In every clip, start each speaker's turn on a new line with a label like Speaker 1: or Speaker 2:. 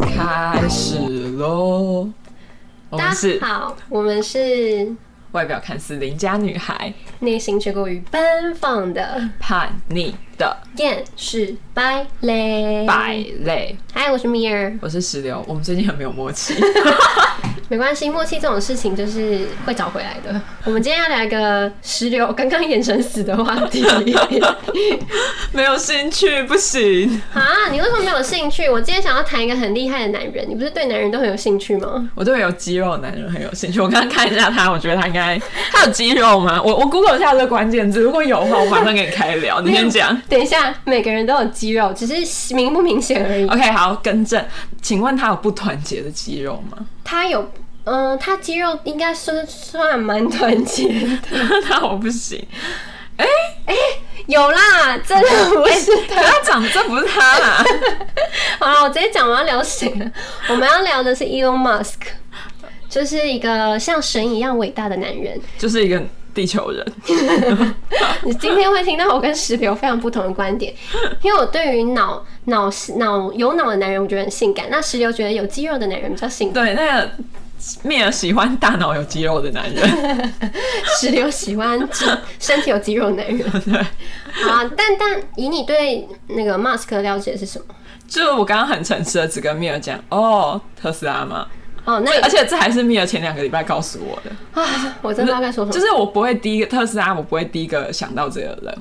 Speaker 1: 开始喽！我
Speaker 2: 大
Speaker 1: 们是
Speaker 2: 家好，我们是
Speaker 1: 外表看似邻家女孩，
Speaker 2: 内心却过于奔放的
Speaker 1: 叛逆的
Speaker 2: 厌世败类。
Speaker 1: 败类。
Speaker 2: 嗨，我是米儿，
Speaker 1: 我是石榴，我们最近很没有默契。
Speaker 2: 没关系，默契这种事情就是会找回来的。我们今天要聊一个石榴刚刚眼神死的话 题
Speaker 1: 没有兴趣不行。
Speaker 2: 啊！你为什么没有兴趣？我今天想要谈一个很厉害的男人，你不是对男人都很有兴趣吗？
Speaker 1: 我对有肌肉的男人很有兴趣。我刚刚看一下他，我觉得他应该他有肌肉吗？我我 Google 一下这个关键字，如果有的话，我马上跟你开聊。你先讲。
Speaker 2: 等一下，每个人都有肌肉，只是明不明显而已。
Speaker 1: OK，好，更正，请问他有不团结的肌肉吗？
Speaker 2: 他有，嗯、他肌肉应该算算蛮团结的。
Speaker 1: 那我不行。
Speaker 2: 有啦，真的不是
Speaker 1: 不要讲，这不是他啦。哎
Speaker 2: 好了，我直接讲我要聊谁 了。我们要聊的是 Elon Musk，就是一个像神一样伟大的男人。
Speaker 1: 就是一个地球人。
Speaker 2: 你今天会听到我跟石榴非常不同的 观点，因为我对于脑脑脑有脑的男人，我觉得很性感；那石榴觉得有肌肉的男人比较 性感。
Speaker 1: 对，那个灭了喜欢大脑有肌肉的男人，
Speaker 2: 石榴喜欢肌身体有肌肉的男人。好啊，但但以你对那个 Musk 的了解是什么？
Speaker 1: 就是我刚刚很诚实的只跟米尔讲，哦，特斯拉嘛，
Speaker 2: 哦，那
Speaker 1: 而且这还是米尔前两个礼拜告诉我的，
Speaker 2: 啊，我真的不知道该说什么。
Speaker 1: 就是我不会第一个特斯拉，我不会第一个想到这个人。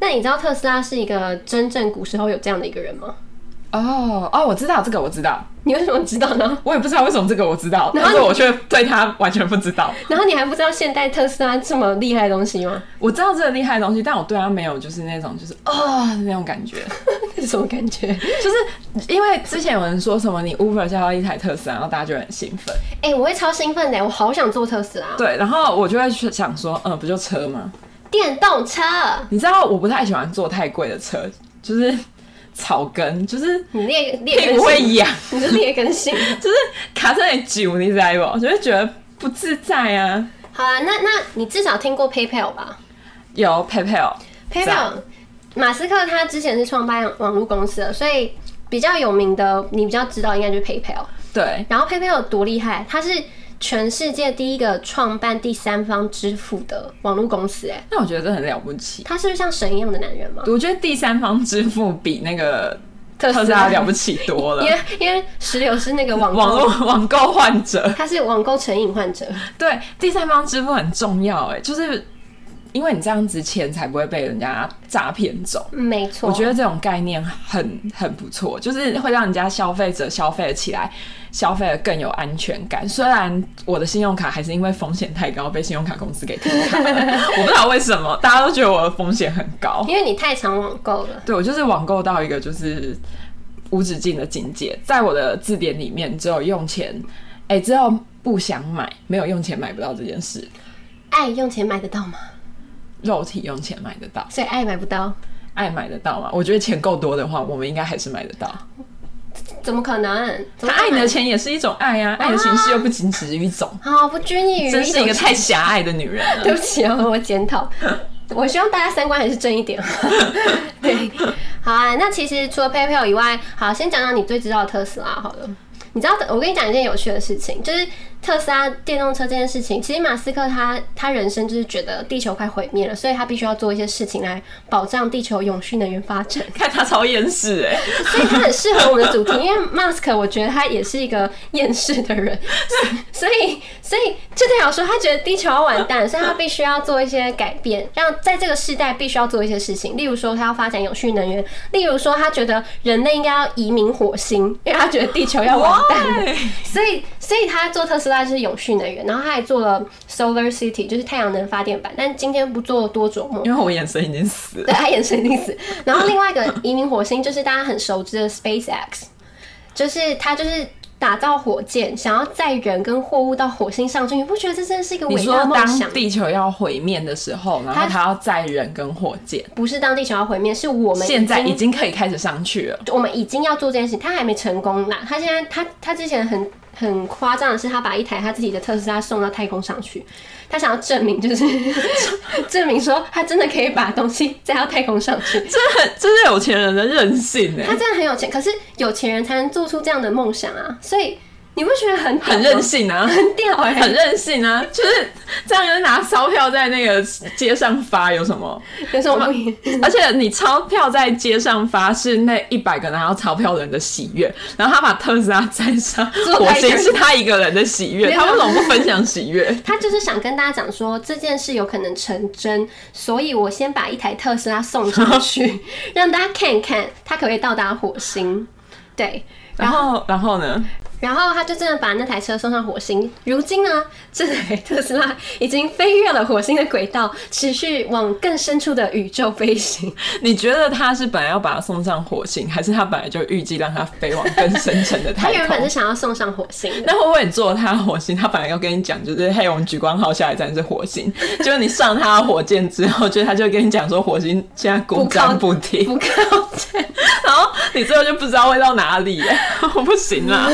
Speaker 2: 那你知道特斯拉是一个真正古时候有这样的一个人吗？
Speaker 1: 哦哦，我知道这个，我知道，
Speaker 2: 你为什么知道呢？
Speaker 1: 我也不知道为什么这个我知道，但
Speaker 2: 后
Speaker 1: 是我却对他完全不知道。
Speaker 2: 然后你还不知道现代特斯拉这么厉害的东西吗？
Speaker 1: 我知道这个厉害的东西，但我对他没有就是那种就是啊、哦、那种感觉。
Speaker 2: 这是什么感 觉？
Speaker 1: 就是因为之前有人说什么你 Uber 叫到一台特斯拉，然后大家就很兴奋。
Speaker 2: 哎、我会超兴奋的，我好想坐特斯拉
Speaker 1: 对，然后我就会去想说，嗯，不就车吗？
Speaker 2: 电动车。
Speaker 1: 你知道我不太喜欢坐太贵的车，就是草根，就是
Speaker 2: 你劣劣
Speaker 1: 屁
Speaker 2: 根
Speaker 1: 股会
Speaker 2: 性，
Speaker 1: 痒，
Speaker 2: 你是劣根性。
Speaker 1: 就是卡在那里久，你知道不？就会觉得不自在啊。
Speaker 2: 好啊，那那你至少听过 PayPal 吧
Speaker 1: 有哦 PayPal，
Speaker 2: ？PayPal，马斯克他之前是创办网络公司的，所以比较有名的，你比较知道应该就是 PayPal。
Speaker 1: 对，
Speaker 2: 然后 PayPal 有多厉害？它是全世界第一个创办第三方支付的网络公司、哎，
Speaker 1: 那我觉得这很了不起。
Speaker 2: 他是不是像神一样的男人吗？
Speaker 1: 我觉得第三方支付比那个
Speaker 2: 特
Speaker 1: 特斯拉了不起多了
Speaker 2: 因。为因为石榴是那个网
Speaker 1: 网
Speaker 2: 购，
Speaker 1: 络网购患者，
Speaker 2: 他是网购成瘾患者。
Speaker 1: 对第三方支付很重要，哎，就是因为你这样子钱才不会被人家诈骗走。
Speaker 2: 嗯没错，
Speaker 1: 我觉得这种概念很很不错，就是会让人家消费者消费起来，消费的更有安全感。虽然我的信用卡还是因为风险太高被信用卡公司给停卡了，我不知道为什么，大家都觉得我的风险很高。
Speaker 2: 因为你太常网购了。
Speaker 1: 对我就是网购到一个就是无止境的境界，在我的字典里面只有用钱，哎、只有不想买，没有用钱买不到这件事。
Speaker 2: 爱用钱买得到吗？
Speaker 1: 肉体用钱买得到，
Speaker 2: 所以爱买不到，
Speaker 1: 爱买得到吗？我觉得钱够多的话，我们应该还是买得到。
Speaker 2: 怎么可能？怎
Speaker 1: 他
Speaker 2: 么
Speaker 1: 爱你
Speaker 2: 可
Speaker 1: 的
Speaker 2: 能
Speaker 1: 钱也是一种爱啊，爱的形式又不仅止于一种，
Speaker 2: 好不拘泥于
Speaker 1: 真是一
Speaker 2: 种
Speaker 1: 个太狭隘的女人了。
Speaker 2: 对不起啊，我检讨。我希望大家三观还是正一点。对，好啊。那其实除了 PayPal 以外，好，先讲讲你最知道的特斯拉好了。你知道，我跟你讲一件有趣的事情，就是特斯拉电动车这件事情。其实马斯克他他人生就是觉得地球快毁灭了，所以他必须要做一些事情来保障地球永续能源发展。
Speaker 1: 看她超厌世哎、
Speaker 2: 所以他很适合我们的主题，因为 Musk 我觉得他也是一个厌世的人，所以所以就代表说他觉得地球要完蛋，所以他必须要做一些改变，让在这个时代必须要做一些事情，例如说他要发展永续能源，例如说他觉得人类应该要移民火星，因为他觉得地球要完 蛋了，
Speaker 1: Why？
Speaker 2: 所以所以他做特斯拉就是永续能源，然后他还做了 Solar City，就是太阳能发电板，但今天不做多琢磨，
Speaker 1: 因为我眼神已经死了。
Speaker 2: 对，他眼神定死。然后另外一个移民火星就是大家很熟知的 SpaceX，就是他就是打造火箭，想要载人跟货物到火星上去。你不觉得这真的是一个
Speaker 1: 你
Speaker 2: 伟大
Speaker 1: 说
Speaker 2: 的梦想
Speaker 1: 当？地球要毁灭的时候，然后
Speaker 2: 她
Speaker 1: 她要载人跟火箭，
Speaker 2: 不是当地球要毁灭，是我们
Speaker 1: 现在已经可以开始上去了。
Speaker 2: 我们已经要做这件事，他还没成功啦。他现在他他之前很很夸张的是，他把一台他自己的特斯拉送到太空上去，他想要证明，就是 证明说他真的可以把东西载到太空上去。
Speaker 1: 这很这是有钱人的任性哎、
Speaker 2: 他真的很有钱，可是有钱人才能做出这样的梦想啊！所以你不觉得很屌
Speaker 1: 很
Speaker 2: 吗
Speaker 1: 任性啊，
Speaker 2: 很屌哎、
Speaker 1: 很任性啊，就是这样，就是拿钞票在那个街上发有什么？
Speaker 2: 有什么不一样？
Speaker 1: 而且你钞票在街上发是那一百个拿到钞票的人的喜悦，然后他把特斯拉载上
Speaker 2: 做
Speaker 1: 火
Speaker 2: 太
Speaker 1: 星
Speaker 2: 远
Speaker 1: 是他一个人的喜悦，
Speaker 2: 没有
Speaker 1: 他为什么不分享喜 悦？
Speaker 2: 他就是想跟大家讲说这件事有可能成真，所以我先把一台特斯拉送 上去，让大家看看他可不可以到达火星。对，
Speaker 1: 然后然后呢？
Speaker 2: 然后他就真的把那台车送上火星。如今呢，这台特斯拉已经飞越了火星的轨道，持续往更深处的宇宙飞行。
Speaker 1: 你觉得他是本来要把他送上火星，还是他本来就预计让他飞往更深层的
Speaker 2: 他
Speaker 1: 太
Speaker 2: 原本
Speaker 1: 空
Speaker 2: 是？想要送上火星的，
Speaker 1: 那会不会你坐他的火星？他本来要跟你讲，就是黑龙举光号下一站是火星，结果你上他的火箭之后，就他就跟你讲说火星现在故障不停，
Speaker 2: 不靠近。
Speaker 1: 然后你最后就不知道会到哪里， 我不行啦。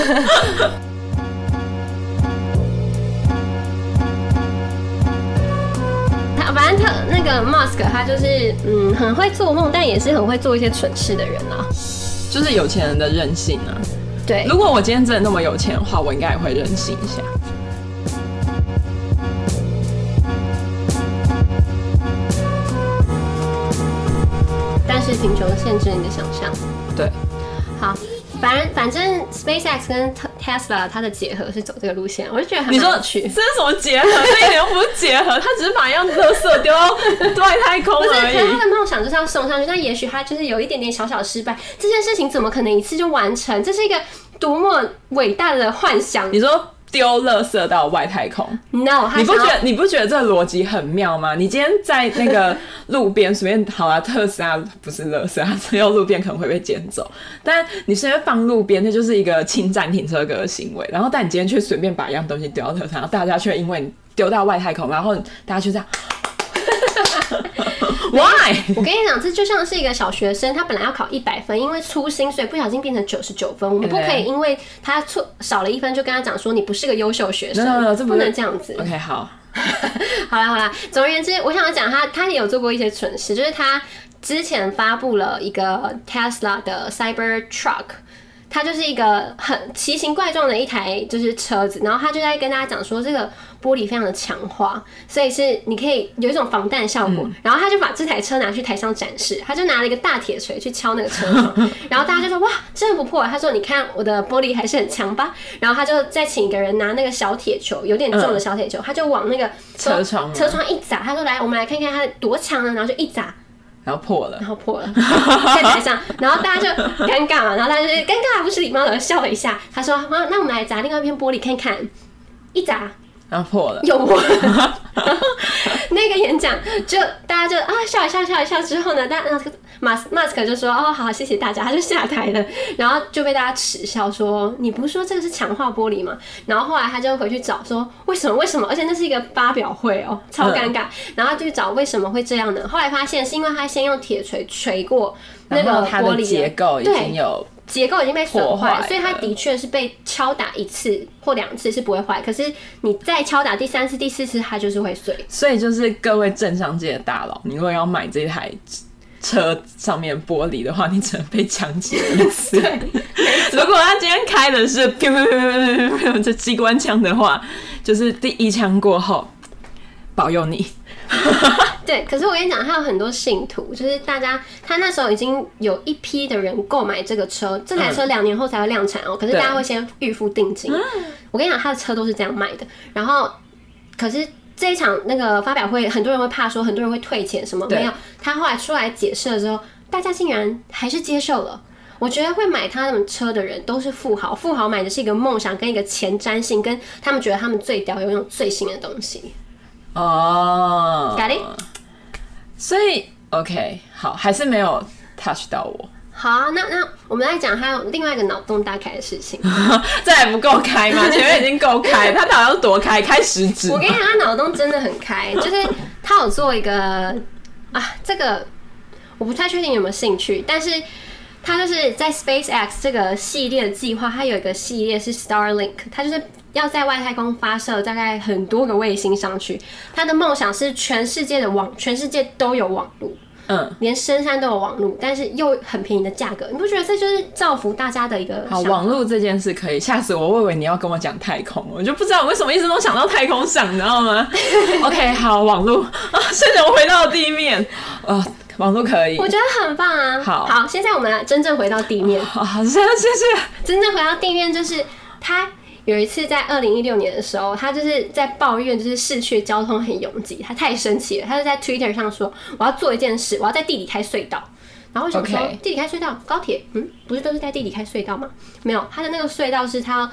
Speaker 2: 他反正他那个 Musk 他就是嗯很会做梦，但也是很会做一些蠢事的人啦。
Speaker 1: 就是有钱人的任性啊！
Speaker 2: 对，
Speaker 1: 如果我今天真的那么有钱的话，我应该也会任性一下。
Speaker 2: 但是贫穷限制你的想象。
Speaker 1: 对，
Speaker 2: 好，反正反正 SpaceX 跟 Tesla 它的结合是走这个路线，我就觉得还
Speaker 1: 你
Speaker 2: 蛮
Speaker 1: 说
Speaker 2: 有
Speaker 1: 这
Speaker 2: 趣。
Speaker 1: 是什么结合？这一点又不是结合，他只是把一样垃圾丢到外太 空
Speaker 2: 不是，
Speaker 1: 而
Speaker 2: 可能他
Speaker 1: 已。
Speaker 2: 的梦想就是要送上去，但也许他就是有一点点小小失败。这件事情怎么可能一次就完成？这是一个多么伟大的幻想
Speaker 1: 你说丢垃圾到外太空，
Speaker 2: ！No，他
Speaker 1: 你不
Speaker 2: 想
Speaker 1: 觉
Speaker 2: 要
Speaker 1: 得你不觉得这逻辑很妙吗？你今天在那 个路边随便好啊，特斯拉不是乐啊斯拉，只有路边可能会被捡走，但你随便放路边，那就是一个侵占停车格的行为。然后，但你今天却随便把一样东西丢到特斯拉，大家却因为你丢到外太空，然后大家就这样 ，why？
Speaker 2: 我跟你讲，这就像是一个小学生，他本来要考一百分，因为粗心，所以不小心变成九十九分。我们不
Speaker 1: 对
Speaker 2: 可以因为他错少了一分就跟他讲说你不是个优秀学生
Speaker 1: No, no, no，这不
Speaker 2: 不
Speaker 1: 是哎
Speaker 2: 能这样子。
Speaker 1: OK，好，
Speaker 2: 好啦好啦，总而言之，我想要讲他，他也有做过一些蠢事，就是他之前发布了一个 Tesla 的 Cyber Truck。它就是一个很奇形怪状的一台就是车子，然后他就在跟大家讲说这个玻璃非常的强化，所以是你可以有一种防弹效
Speaker 1: 嗯
Speaker 2: 果。然后他就把这台车拿去台上展示，他就拿了一个大铁锤去敲那个 车窗，然后大家就说哇真的不破。他说你看我的玻璃还是很强吧。然后他就再请一个人拿那个小铁球，有点重的小铁球，他就往那个
Speaker 1: 嗯车窗吗
Speaker 2: 车窗一砸，他说来我们来看看它多强啊，然后就一砸，
Speaker 1: 然后破了
Speaker 2: 然。后破了，在台上，然后大家就尴尬嘛，然后大家就是哎尴尬不失礼貌的笑了一下。他说：“那那我们来砸另外一片玻璃看看。”一砸
Speaker 1: 然后破了，
Speaker 2: 有我， 那个演讲就大家就啊笑一笑笑一笑之后呢，大那马斯马斯克就说哦好谢谢大家，他就下台了，然后就被大家耻笑说你不是说这个是强化玻璃吗？然后后来他就回去找说为什么为什么，而且那是一个发表会哦，超尴尬，
Speaker 1: 嗯
Speaker 2: 然后就去找为什么会这样呢？后来发现是因为他先用铁锤锤过那
Speaker 1: 然
Speaker 2: 个
Speaker 1: 后它
Speaker 2: 玻
Speaker 1: 的
Speaker 2: 璃
Speaker 1: 结构已经有
Speaker 2: 结构已经被损
Speaker 1: 破坏
Speaker 2: 坏，
Speaker 1: 了
Speaker 2: 所以它的确是被敲打一次或两次是不会坏，可是你再敲打第三次、第四次，它就是会碎。
Speaker 1: 所以就是各位政商界的大佬，你如果要买这台车上面玻璃的话，你只能被抢劫一次。 如果他今天开的是砰砰砰砰砰砰砰这机关枪的话，就是第一枪过后，保佑你。
Speaker 2: 对，可是我跟你讲，它有很多信徒，就是大家，他那时候已经有一批的人购买这个车，这台车两年后才会量产哦、可是大家会先预付定金。我跟你讲，他的车都是这样卖的，然后可是。这一场那个发表会，很多人会怕说，很多人会退钱什么
Speaker 1: 对
Speaker 2: 没有。他后来出来解释了之后，大家竟然还是接受了。我觉得会买他们车的人都是富豪，富豪买的是一个梦想跟一个前瞻性，跟他们觉得他们最屌，拥有最新的东西。
Speaker 1: 哦
Speaker 2: Got it？
Speaker 1: 所以 OK，好，还是没有 touch 到我，
Speaker 2: 好啊，那那我们来讲还有另外一个脑洞大开的事情。
Speaker 1: 这还不够开吗？前面已经够开，他到底要多开？开十指吗
Speaker 2: 我跟你讲，他脑洞真的很开，就是他有做一个啊，这个我不太确定有没有兴趣，但是它就是在 SpaceX 这个系列的计划，它有一个系列是 Starlink，它就是要在外太空发射大概很多个卫星上去。它的梦想是全世界的网，全世界都有网路，
Speaker 1: 嗯，
Speaker 2: 连深山都有网路，但是又很便宜的价格。你不觉得这就是造福大家的一个
Speaker 1: 好，
Speaker 2: 想法
Speaker 1: 哦网络这件事可以吓死我，我以为你要跟我讲太空，我就不知道我为什么一直都想到太空上，你知道 吗？OK，好，网络啊，现在我回到地面，啊，网络可以，
Speaker 2: 我觉得很棒啊！
Speaker 1: 好
Speaker 2: 好，现在我们来真正回到地面。
Speaker 1: 好，好啊谢谢谢
Speaker 2: 真正回到地面，就是他有一次在二零一六年的时候，他就是在抱怨，就是市区的交通很拥挤，他太生气了，他就在 Twitter 上说：“我要做一件事，我要在地底开隧道。”然后我想说
Speaker 1: OK
Speaker 2: 地底开隧道，高铁，嗯，不是都是在地底开隧道吗？没有，他的那个隧道是他要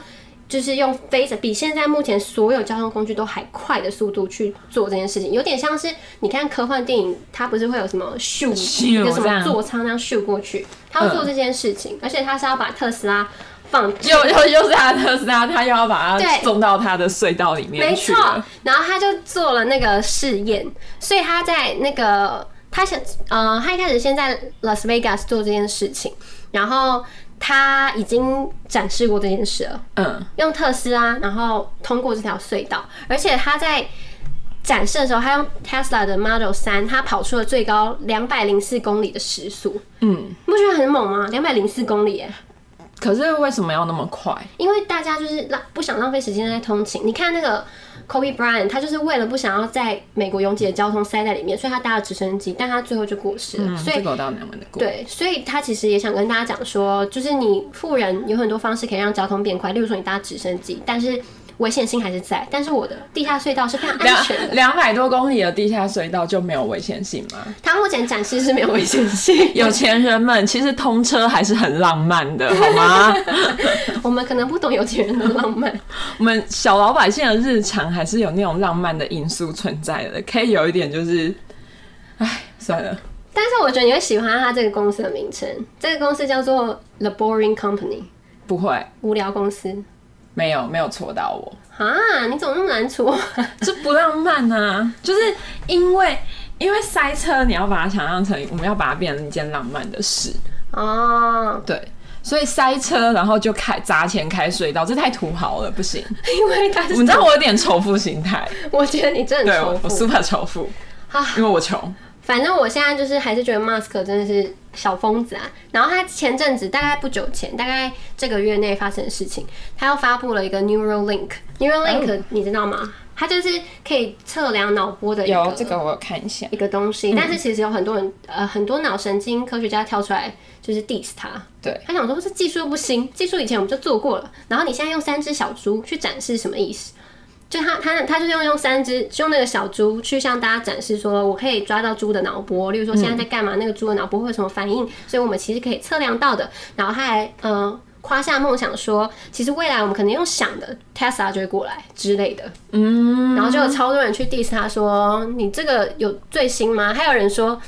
Speaker 2: 就是用飞着比现在目前所有交通工具都还快的速度去做这件事情，有点像是你看科幻电影，它不是会有什么咻，
Speaker 1: 咻
Speaker 2: 一个什
Speaker 1: 这
Speaker 2: 么
Speaker 1: 样
Speaker 2: 座舱那样咻过去，他要做这件事情，而且他是要把特斯拉放
Speaker 1: 谢，又又又是他的特斯拉，他又要把它
Speaker 2: 对
Speaker 1: 送到他的隧道里面
Speaker 2: 没
Speaker 1: 去
Speaker 2: 错
Speaker 1: 了。，
Speaker 2: 然后他就做了那个试验，所以他在那个他想，呃，他一开始先在 Las Vegas 做这件事情，然后他已经展示过这件事了，
Speaker 1: 嗯，
Speaker 2: 用特斯拉，然后通过这条隧道，而且他在。展示的时候，他用 Tesla 的 Model 三，他跑出了最高两百零四公里的时速，
Speaker 1: 嗯，
Speaker 2: 你不觉得很猛吗？两百零四公里耶！
Speaker 1: 可是为什么要那么快？
Speaker 2: 因为大家就是浪不想浪费时间在通勤。你看那个 Kobe Bryant，他就是为了不想要在美国拥挤的交通塞在里面，所以他搭了直升机，但他最后就过世了。
Speaker 1: 嗯，
Speaker 2: 所
Speaker 1: 这
Speaker 2: 以
Speaker 1: 个我倒难闻得过。
Speaker 2: 对，所以他其实也想跟大家讲说，就是你富人有很多方式可以让交通变快，例如说你搭直升机，但是危险性还是在。但是我的地下隧道是非常安全
Speaker 1: 两
Speaker 2: 的，
Speaker 1: 两百多公里的地下隧道就没有危险性吗？
Speaker 2: 它目前展示是没有危险性。
Speaker 1: 有钱人们其实通车还是很浪漫的，好 吗？
Speaker 2: 我们可能不懂有钱人的浪漫。
Speaker 1: 我们小老百姓的日常还是有那种浪漫的因素存在的，可以有一点就是，唉，算了，
Speaker 2: 但是我觉得你会喜欢它这个公司的名称，这个公司叫做 The Boring Company，
Speaker 1: 不会，
Speaker 2: 无聊公司。
Speaker 1: 没有没有戳到我，
Speaker 2: 啊，你怎么那么难戳？
Speaker 1: 这不浪漫啊，就是因为因为塞车，你要把它想象成我们要把它变成一件浪漫的事，
Speaker 2: 哦，
Speaker 1: 对。所以塞车，然后就开砸钱开隧道，这太土豪了，不行。
Speaker 2: 因为他是，
Speaker 1: 你知道我有点仇富心 态，
Speaker 2: 我觉得你真的
Speaker 1: 对我
Speaker 2: 很
Speaker 1: 我
Speaker 2: 重复。
Speaker 1: super 仇富，啊因为我穷。
Speaker 2: 反正我现在就是还是觉得 Mask 真的是小疯子啊。然后他前阵子大概不久前，大概这个月内发生的事情，他又发布了一个 Neuralink。Neuralink
Speaker 1: 哦
Speaker 2: 你知道吗？它就是可以测量脑波的一
Speaker 1: 有
Speaker 2: 个
Speaker 1: 这个我有看一下，
Speaker 2: 一个东西，但是其实有很多人呃很多脑神经科学家跳出来就是 diss 它。
Speaker 1: 对，
Speaker 2: 他想说这技术又不行，技术以前我们就做过了，然后你现在用三只小猪去展示什么意思？就他他他就是用用三只用那个小猪去向大家展示说，我可以抓到猪的脑波，例如说现在在干嘛，那个猪的脑波会有什么反应，所以我们其实可以测量到的。然后他还呃夸下梦想说，其实未来我们可能用想的 Tesla 就会过来之类的。
Speaker 1: 嗯，
Speaker 2: 然后就有超多人去 diss 他说你这个有最新吗？还有人说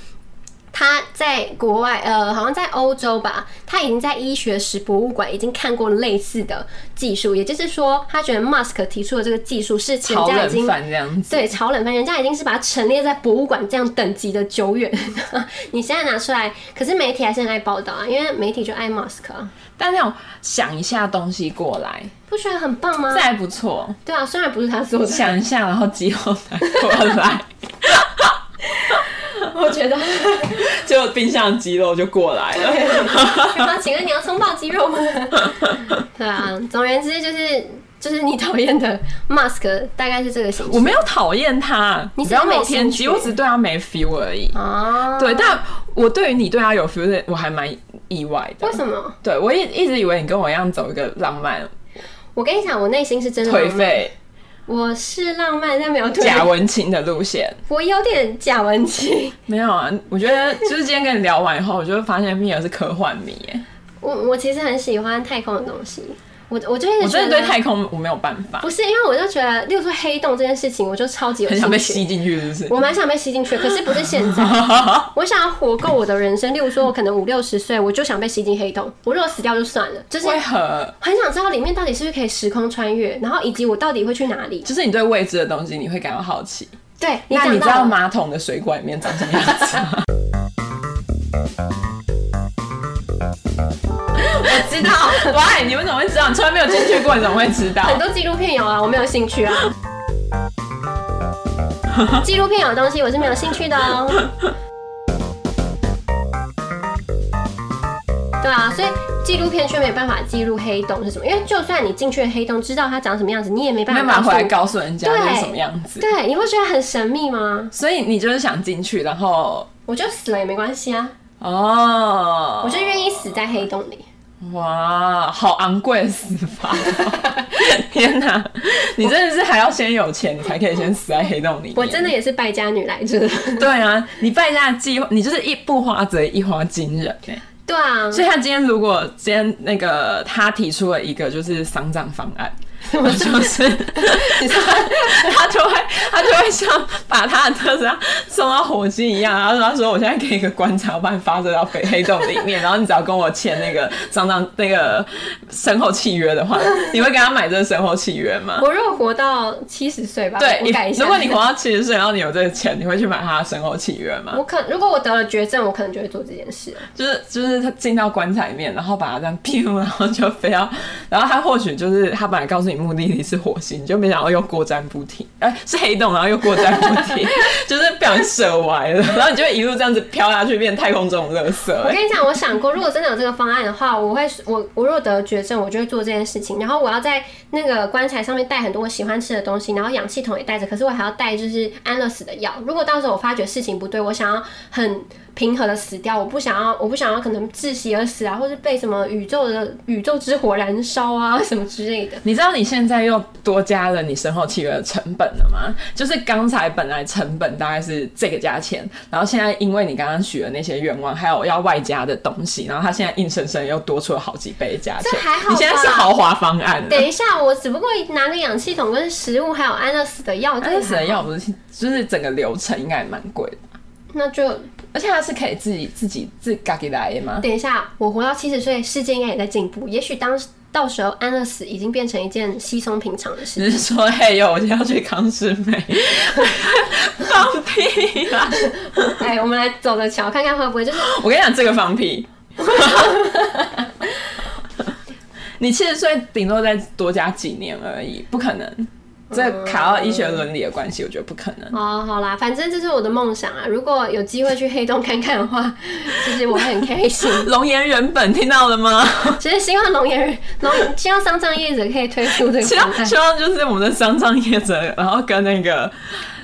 Speaker 2: 他在国外，呃，好像在欧洲吧，他已经在医学史博物馆已经看过类似的技术，也就是说，他觉得 Musk 提出的这个技术是人
Speaker 1: 炒
Speaker 2: 家已
Speaker 1: 冷
Speaker 2: 经。
Speaker 1: 饭这样子。
Speaker 2: 对，炒冷饭，人家已经是把它陈列在博物馆这样等级的久远， 你现在拿出来，可是媒体还是很爱报道啊，因为媒体就爱 Musk 啊，
Speaker 1: 但那种想一下东西过来，
Speaker 2: 不觉得很棒吗
Speaker 1: 这？还不错。
Speaker 2: 对啊，虽然不是他做的，
Speaker 1: 想一下，然后肌肉拿过来，
Speaker 2: 我觉得。
Speaker 1: 结果冰箱的肌肉就过来了。
Speaker 2: 然啊后请问你要葱爆鸡肉吗？对啊，总而言之就是就是你讨厌的 Mask 大概是这个形
Speaker 1: 我
Speaker 2: 式
Speaker 1: 没有讨厌他，
Speaker 2: 你
Speaker 1: 你
Speaker 2: 只
Speaker 1: 不
Speaker 2: 是
Speaker 1: 要
Speaker 2: 没
Speaker 1: 冒天
Speaker 2: 兴
Speaker 1: 机，
Speaker 2: 趣
Speaker 1: 我只对他没 feel 而已。
Speaker 2: 哦。
Speaker 1: 对，但我对于你对他有 feel，的我还蛮意外的
Speaker 2: 为。什么？
Speaker 1: 对我一一直以为你跟我一样走一个浪漫、
Speaker 2: 我跟你讲，我内心是真的
Speaker 1: 颓
Speaker 2: 浪漫，
Speaker 1: 废、
Speaker 2: 我是浪漫但没有颓
Speaker 1: 假
Speaker 2: 废，
Speaker 1: 文青的路线。
Speaker 2: 我有点假文青。
Speaker 1: 没有啊，我觉得 就是今天跟你聊完以后，我就会发现蜜儿是科幻迷耶。
Speaker 2: 我我其实很喜欢太空的东西，我我就一
Speaker 1: 我
Speaker 2: 直觉
Speaker 1: 真
Speaker 2: 得
Speaker 1: 的对太空我没有办法，
Speaker 2: 不是因为我就觉得，例如说黑洞这件事情，我就超级有
Speaker 1: 很想被
Speaker 2: 兴趣。
Speaker 1: 吸进去，是不 是？
Speaker 2: 我蛮想被吸进去，可是不是现 在。我想要活够我的人生，例如说，我可能五六十岁，我就想被吸进黑洞。我如果死掉就算了，就是
Speaker 1: 为何？
Speaker 2: 很想知道里面到底是不是可以时空穿越，然后以及我到底会去哪里。
Speaker 1: 就是你对未知的东西你会感到好奇。
Speaker 2: 对，
Speaker 1: 那
Speaker 2: 讲
Speaker 1: 你知
Speaker 2: 到
Speaker 1: 道
Speaker 2: 了？
Speaker 1: 马桶的水管里面长什么样子？
Speaker 2: 知道，
Speaker 1: 喂，你们怎么会知道？你从来没有进去过，你怎么会知道？
Speaker 2: 很多纪录片有啊，我没有兴趣 啊。纪录片有的东西我是没有兴趣的哦。对啊，所以纪录片却没办法记录黑洞是什么，因为就算你进去的黑洞知道它长什么样子，你也没办
Speaker 1: 没
Speaker 2: 法
Speaker 1: 有办法回来
Speaker 2: 告
Speaker 1: 告诉人家
Speaker 2: 对
Speaker 1: 是什么样子
Speaker 2: 诉。，对，你会觉得很神秘吗？
Speaker 1: 所以你就是想进去，然后
Speaker 2: 我就死了也没关系啊，
Speaker 1: 哦，
Speaker 2: 我就愿意死在黑洞里。
Speaker 1: 哇，好昂贵的死法！哦 天哪，你真的是还要先有钱，你才可以先死在黑洞里面。
Speaker 2: 我真的也是败家女来着。
Speaker 1: 对啊，你败家的计划，你就是一不花则一花惊人哎、
Speaker 2: 对啊，
Speaker 1: 所以他今天如果今天那个他提出了一个就是丧葬方 案，
Speaker 2: 么
Speaker 1: 就是他他就会他就会像把他的特斯拉送到火星一样，然后他说我现在给一个观察，我把你发射到黑黑洞里面，然后你只要跟我签那个丧葬那个身后契约的话，你会给他买这个身后契约吗？
Speaker 2: 我如果活到七十岁吧，
Speaker 1: 对，
Speaker 2: 我改一
Speaker 1: 你
Speaker 2: 下。
Speaker 1: 如果你活到七十岁，然后你有这个钱，你会去买他的身后契约吗？
Speaker 2: 我可如果我得了绝症，我可能就会做这件事。
Speaker 1: 就是就是他进到棺材里面，然后把它这样 丢，然后就飞到，然后他或许就是他本来告诉你目的地是火星，就没想到又过站不停，哎、是黑洞，然后又过站不停， 就是不小心射歪了，然后你就会一路这样子飘下去，变太空中的垃圾、
Speaker 2: 我
Speaker 1: 哎
Speaker 2: 跟你讲，我想过，如果真的有这个方案的话，我会我我如果得了绝症，我就会做这件事情。然后我要在那个棺材上面带很多我喜欢吃的东西，然后氧气筒也带着，可是我还要带就是安乐死的药。如果到时候我发觉事情不对，我想要很平和的死掉，我不想要我不想要可能窒息而死啊，或是被什么宇宙的宇宙之火燃烧啊什么之类的。
Speaker 1: 你知道你现在又多加了你身后契约的成本了吗？就是刚才本来成本大概是这个价钱，然后现在因为你刚刚许的那些愿望，还有要外加的东西，然后他现在硬生生又多出了好几倍的价钱。
Speaker 2: 这还好吧
Speaker 1: 你现在是豪华方案 了。
Speaker 2: 等一下，我只不过拿个氧气筒跟食物，还有安乐死的药，
Speaker 1: 安乐死的药不是，就是整个流程应该也蛮贵的，
Speaker 2: 那就
Speaker 1: 而且它是可以自己自己自己嘎给来的吗？
Speaker 2: 等一下，我活到七十岁，世界应该也在进步。也许当到时候安乐死已经变成一件稀松平常 的事。
Speaker 1: 只是说，嘿哟，我今天要去康师美，放屁啦！
Speaker 2: 哎，我们来走着瞧，看看会不会就是
Speaker 1: 我跟你讲，这个放屁。你七十岁顶多再多加几年而已，不可能。这卡到医学伦理的关系，我觉得不可能。
Speaker 2: 哦，好啦，反正这是我的梦想啊。如果有机会去黑洞看看的话，其实我会很开 心。
Speaker 1: 龙岩人本听到了吗？
Speaker 2: 其实希望龙岩人龙，希望丧葬业者可以推出这个
Speaker 1: 希
Speaker 2: 方
Speaker 1: 望
Speaker 2: 案
Speaker 1: 希。望就是我们的丧葬业者，然后跟那个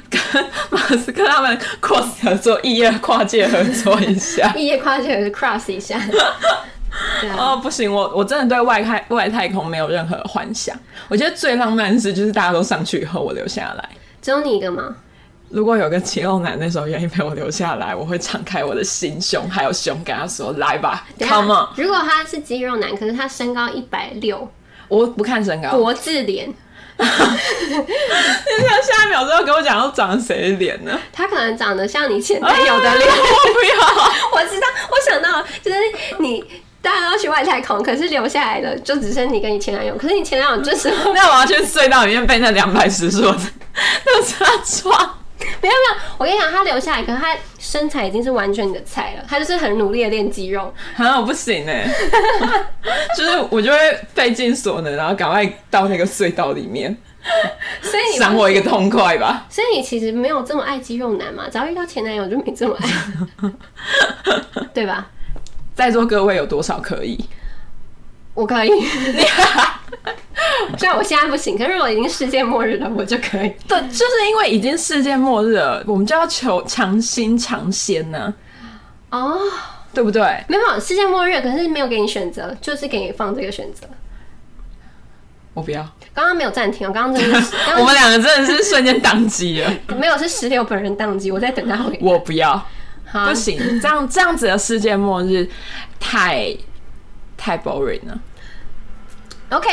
Speaker 1: 跟马斯克他们 cross 合作，异业跨界合作一下
Speaker 2: 。异业跨界 cross 一下。对 啊，
Speaker 1: 哦，不行，我我真的对外太外太空没有任何幻想。我觉得最浪漫的事就是大家都上去以后，我留下来。
Speaker 2: 只有你一个吗？
Speaker 1: 如果有个肌肉男那时候愿意陪我留下来，我会敞开我的心胸还有胸跟他说：“来吧
Speaker 2: 等一下
Speaker 1: ，Come on！”
Speaker 2: 如果他是肌肉男，可是他身高一百六，
Speaker 1: 我不看身高，
Speaker 2: 国字脸，
Speaker 1: 你想下一秒钟跟我讲要长谁的脸呢？
Speaker 2: 他可能长得像你前男友哎
Speaker 1: 啊
Speaker 2: 的 脸。
Speaker 1: 我不要。
Speaker 2: 我知道，我想到了就是你大家都去外太空，可是留下来的就只剩你跟你前男友，可是你前男友 就是没有
Speaker 1: 那我要去隧道里面被那两百十说的那是他撞。
Speaker 2: 没有，我跟你讲，他留下来，可是他身材已经是完全你的菜了，他就是很努力的练肌肉，
Speaker 1: 啊，我不行哎、 就是我就会费尽所能，然后赶快到那个隧道里面，
Speaker 2: 所以你
Speaker 1: 赏我一个痛快吧。
Speaker 2: 所以你其实没有这么爱肌肉男嘛，只要遇到前男友就没这么爱， 对吧？
Speaker 1: 在座各位有多少可 以？
Speaker 2: 我可以， 虽然我现在不行，可是如果已经世界末日了，我就可以。
Speaker 1: 对，就是因为已经世界末日了，我们就要求尝新尝鲜呢、
Speaker 2: 哦，
Speaker 1: 对不对？
Speaker 2: 没有世界末日，可是没有给你选择，就是给你放这个选择。
Speaker 1: 我不要，
Speaker 2: 刚刚没有暂停哦，刚刚真的是，刚
Speaker 1: 我
Speaker 2: 刚
Speaker 1: 们两个真的是瞬间宕机了。
Speaker 2: 没有，是石榴本人宕机，我在等他回。
Speaker 1: 我不要，
Speaker 2: 好
Speaker 1: 不，行，这样这样子的世界末日太太 boring 了。
Speaker 2: ，OK，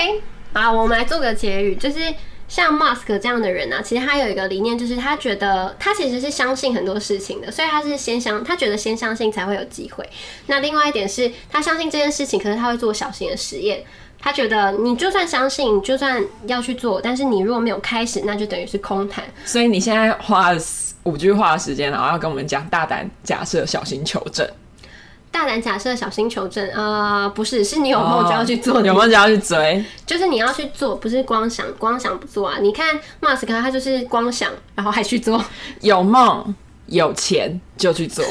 Speaker 2: 好，我们来做个结语，就是像 Musk 这样的人呢、啊，其实他有一个理念，就是他觉得他其实是相信很多事情的，所以他是先相，他觉得先相信才会有机会。那另外一点是他相信这件事情，可是他会做小型的实验。他觉得你就算相信，你就算要去做，但是你如果没有开始，那就等于是空谈。
Speaker 1: 所以你现在花了五句话的时间，然后要跟我们讲大胆假设、小心求证。
Speaker 2: 大胆假设，小心求证。呃，不是，是你有梦就要去
Speaker 1: 哦
Speaker 2: 做，
Speaker 1: 有没有就要去追？
Speaker 2: 就是你要去做，不是光想，光想不做啊。你看马斯克，他就是光想，然后还去做。
Speaker 1: 有梦有钱就去 做，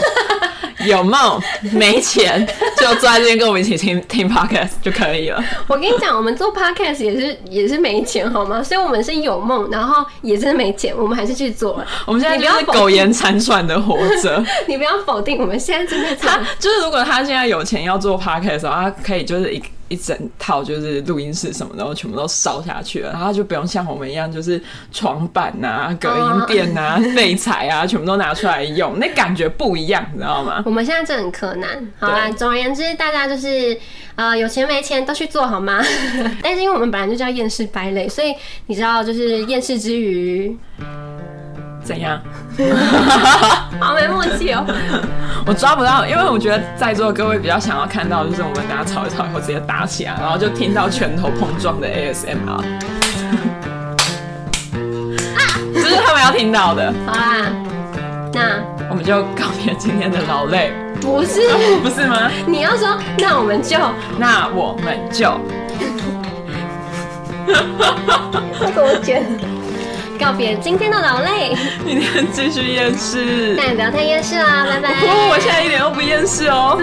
Speaker 1: 有梦没钱就坐在这边跟我们一起听听 podcast 就可以了。
Speaker 2: 我跟你讲，我们做 podcast 也是也是没钱好吗？所以我们是有梦，然后也真的没钱，我们还是去做了。
Speaker 1: 我们现在
Speaker 2: 你
Speaker 1: 就
Speaker 2: 不要
Speaker 1: 是
Speaker 2: 否
Speaker 1: 苟延残喘的活 着。
Speaker 2: 你不要否定，我们现在正 在
Speaker 1: 他
Speaker 2: 做。
Speaker 1: 就是，如果他现在有钱要做 podcast 的时候，他可以就是一一整套就是录音室什么的，然后全部都烧下去了，然后他就不用像我们一样，就是床板啊、隔音垫啊、废材啊，全部都拿出来用，那感觉不一样，你知道吗？
Speaker 2: 我们现在正很柯南。好啦，
Speaker 1: 对
Speaker 2: 总而言之，大家就是呃有钱没钱都去做好吗？ 但是因为我们本来就叫厌世败类，所以你知道，就是厌世之余，
Speaker 1: 怎样？
Speaker 2: 好没默契哦、
Speaker 1: 我抓不到，因为我觉得在座各位比较想要看到，就是我们大家吵一吵以后直接打起来，然后就听到拳头碰撞的 ASMR，这是他们要听到的。
Speaker 2: 好啦，那
Speaker 1: 我们就告别今天的劳累，
Speaker 2: 不是
Speaker 1: 不是吗？
Speaker 2: 你要说，那我们就
Speaker 1: 那我们就
Speaker 2: 我觉得告别今天的劳累，
Speaker 1: 明天继续厌世。
Speaker 2: 但也不要太厌世啦，拜拜。
Speaker 1: 不过我现在一点都不厌世哦。